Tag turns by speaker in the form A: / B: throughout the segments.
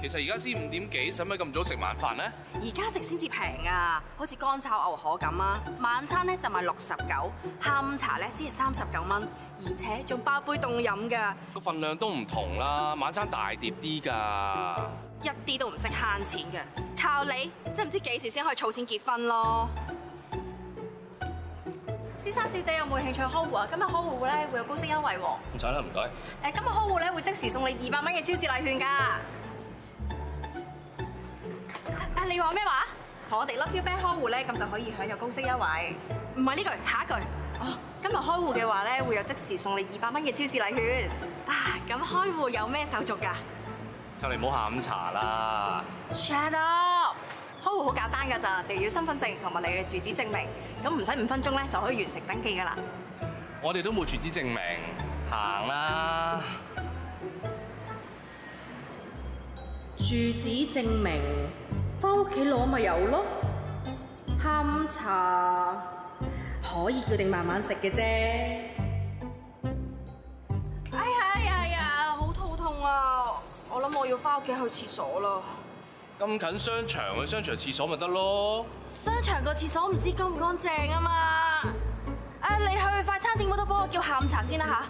A: 其實而家先五點幾，使唔使咁早食晚飯呢？
B: 而家食先至平啊，好似乾炒牛河咁啊！晚餐咧就賣六十九，下午茶咧先係三十九蚊，而且仲包杯凍飲㗎，
A: 個份量都唔同啦，晚餐大碟啲㗎。
B: 一啲都唔識慳錢嘅，靠你！真唔知幾時先可以儲錢結婚咯？
C: 先生小姐有冇興趣呵護啊？今日呵護咧會有高息優惠喎。
A: 唔使啦，唔該。
C: 誒，今日呵護咧會即時送你二百蚊嘅超市禮券㗎。
B: 啊，你話咩話？
C: 同我哋 Love You Bank 呵護咧，咁就可以享有高息優惠。
B: 唔係呢句，下一句。
C: 哦，今日呵護嘅話咧，會有即時送你二百蚊嘅超市禮券。
B: 啊，咁開户有咩手續㗎
A: 就嚟冇下午茶啦。
C: Shut up！呵護好簡單㗎咋，就要身份證同埋你嘅住址證明。咁唔使五分鐘咧就可以完成登記㗎啦。
A: 我哋都冇住址證明，行啦。
B: 住址證明，翻屋企攞咪有咯。下午茶可以叫定慢慢食嘅啫。哎呀哎呀哎呀，好肚痛啊！我諗我要翻屋企去廁所啦。
A: 咁近商場去商場廁所咪得咯。
B: 商場個廁所唔知乾唔乾淨啊嘛。誒，你去快餐店嗰度幫我叫下午茶先啦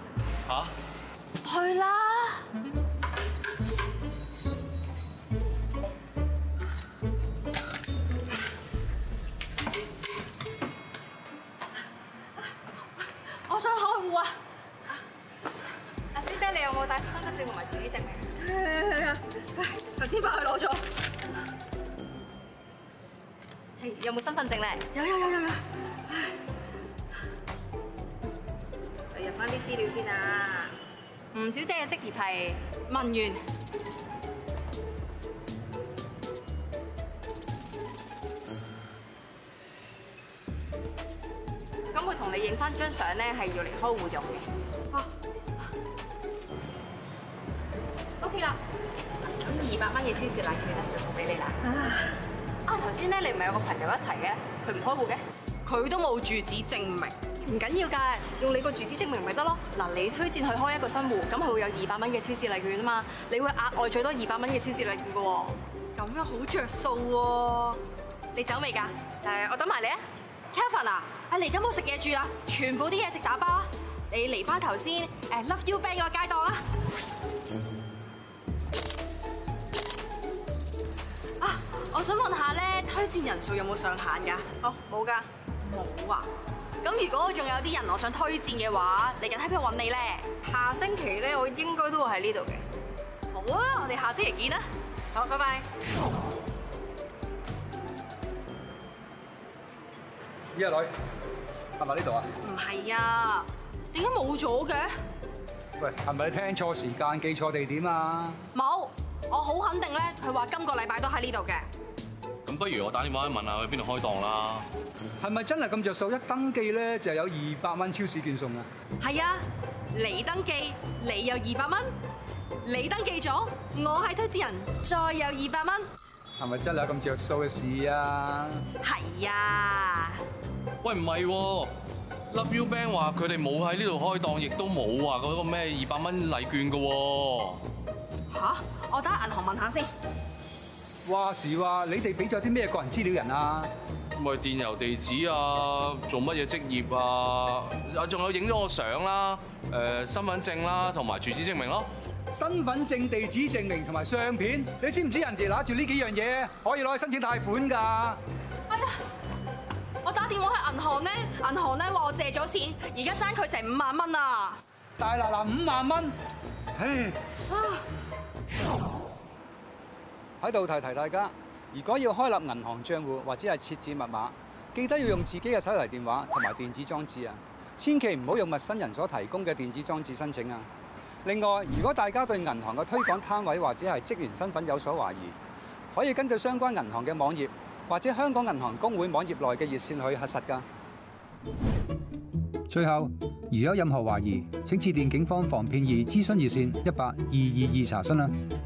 A: 吓、
B: 吓，去啦。
C: 我想開户啊！阿師姐，你有冇帶身份證同埋住址證明？頭先翻去攞咗。係有冇身份證咧？有有有有有。入翻啲資料先啊！吳小姐嘅職業係文員。咁佢同你影翻張相咧，係要嚟開户用嘅。哦，OK 啦，咁二百蚊嘅超市冷券咧就送俾你啦。啊，頭先咧你唔係有個朋友一齊嘅，佢唔開户嘅，
B: 佢都冇住址證明。
C: 唔緊要㗎，用你個住址證明咪得咯。嗱，你推薦佢開一個新户，咁佢會有二百蚊嘅超市禮券啊嘛，你會額外最多二百蚊嘅超市禮券㗎喎。
B: 咁樣好着數喎！你走未㗎
C: 誒，我等埋你啊！
B: ，Kevin 啊？啊，你而家冇食嘢住啦，全部啲嘢食打包啊！你嚟翻頭先誒 Love You Bank 嗰個街檔啦。啊，我想問下咧，推薦人數有冇上限㗎？
C: 哦，冇㗎，
B: 冇啊。咁如果仲有啲人我想推薦嘅話，嚟緊喺邊度揾你咧？
C: 下星期咧我應該都會喺呢度嘅。
B: 好啊，我哋下星期見啦。
C: 好，拜拜。
D: 依家女係咪呢度啊？
B: 唔係啊，點解冇咗嘅？
D: 喂，係咪你聽錯時間、記錯地點啊？
B: 冇，我好肯定咧，佢話今個禮拜都喺呢度嘅。
A: 咁不如我打電話去問下佢邊度開檔啦。
D: 係咪真係咁着數？一登記咧就有二百蚊超市券送啊！
B: 係啊，你登記，你有二百蚊；你登記咗，我係推薦人，再有二百蚊。
D: 係咪真係有咁着數嘅事啊？
B: 係啊，
A: 喂，唔係喎，Love You Band 話佢哋冇喺呢度開檔，亦都冇話嗰個咩二百蚊禮券㗎喎。
B: 吓，我打銀行問下先。
D: 話時話你哋俾咗啲咩個人資料人啊？
A: 咪電郵地址啊，做乜嘢職業啊，啊仲有影咗我相啦，誒、身份證啦，同埋住址證明咯。
D: 身份證、地址證明同埋相片，你知唔知人哋拿住呢幾樣嘢可以攞去申請貸款㗎？
B: 哎呀，我打電話去銀行咧，銀行咧話我借咗錢，而家爭佢成五萬蚊啊！
D: 大嗱嗱五萬蚊，唉！喺度提提大家，如果要開立銀行帳户或者係設置密碼，記得要用自己嘅手提電話同埋電子裝置啊，千祈唔好用陌生人所提供嘅電子裝置申請啊。另外，如果大家對銀行嘅推廣攤位或者係職員身份有所懷疑，可以根據相關銀行嘅網頁或者香港銀行公會網頁內嘅熱線去核實㗎。最後，如有任何懷疑，請致電警方防騙易諮詢熱線一八二二二查詢啦。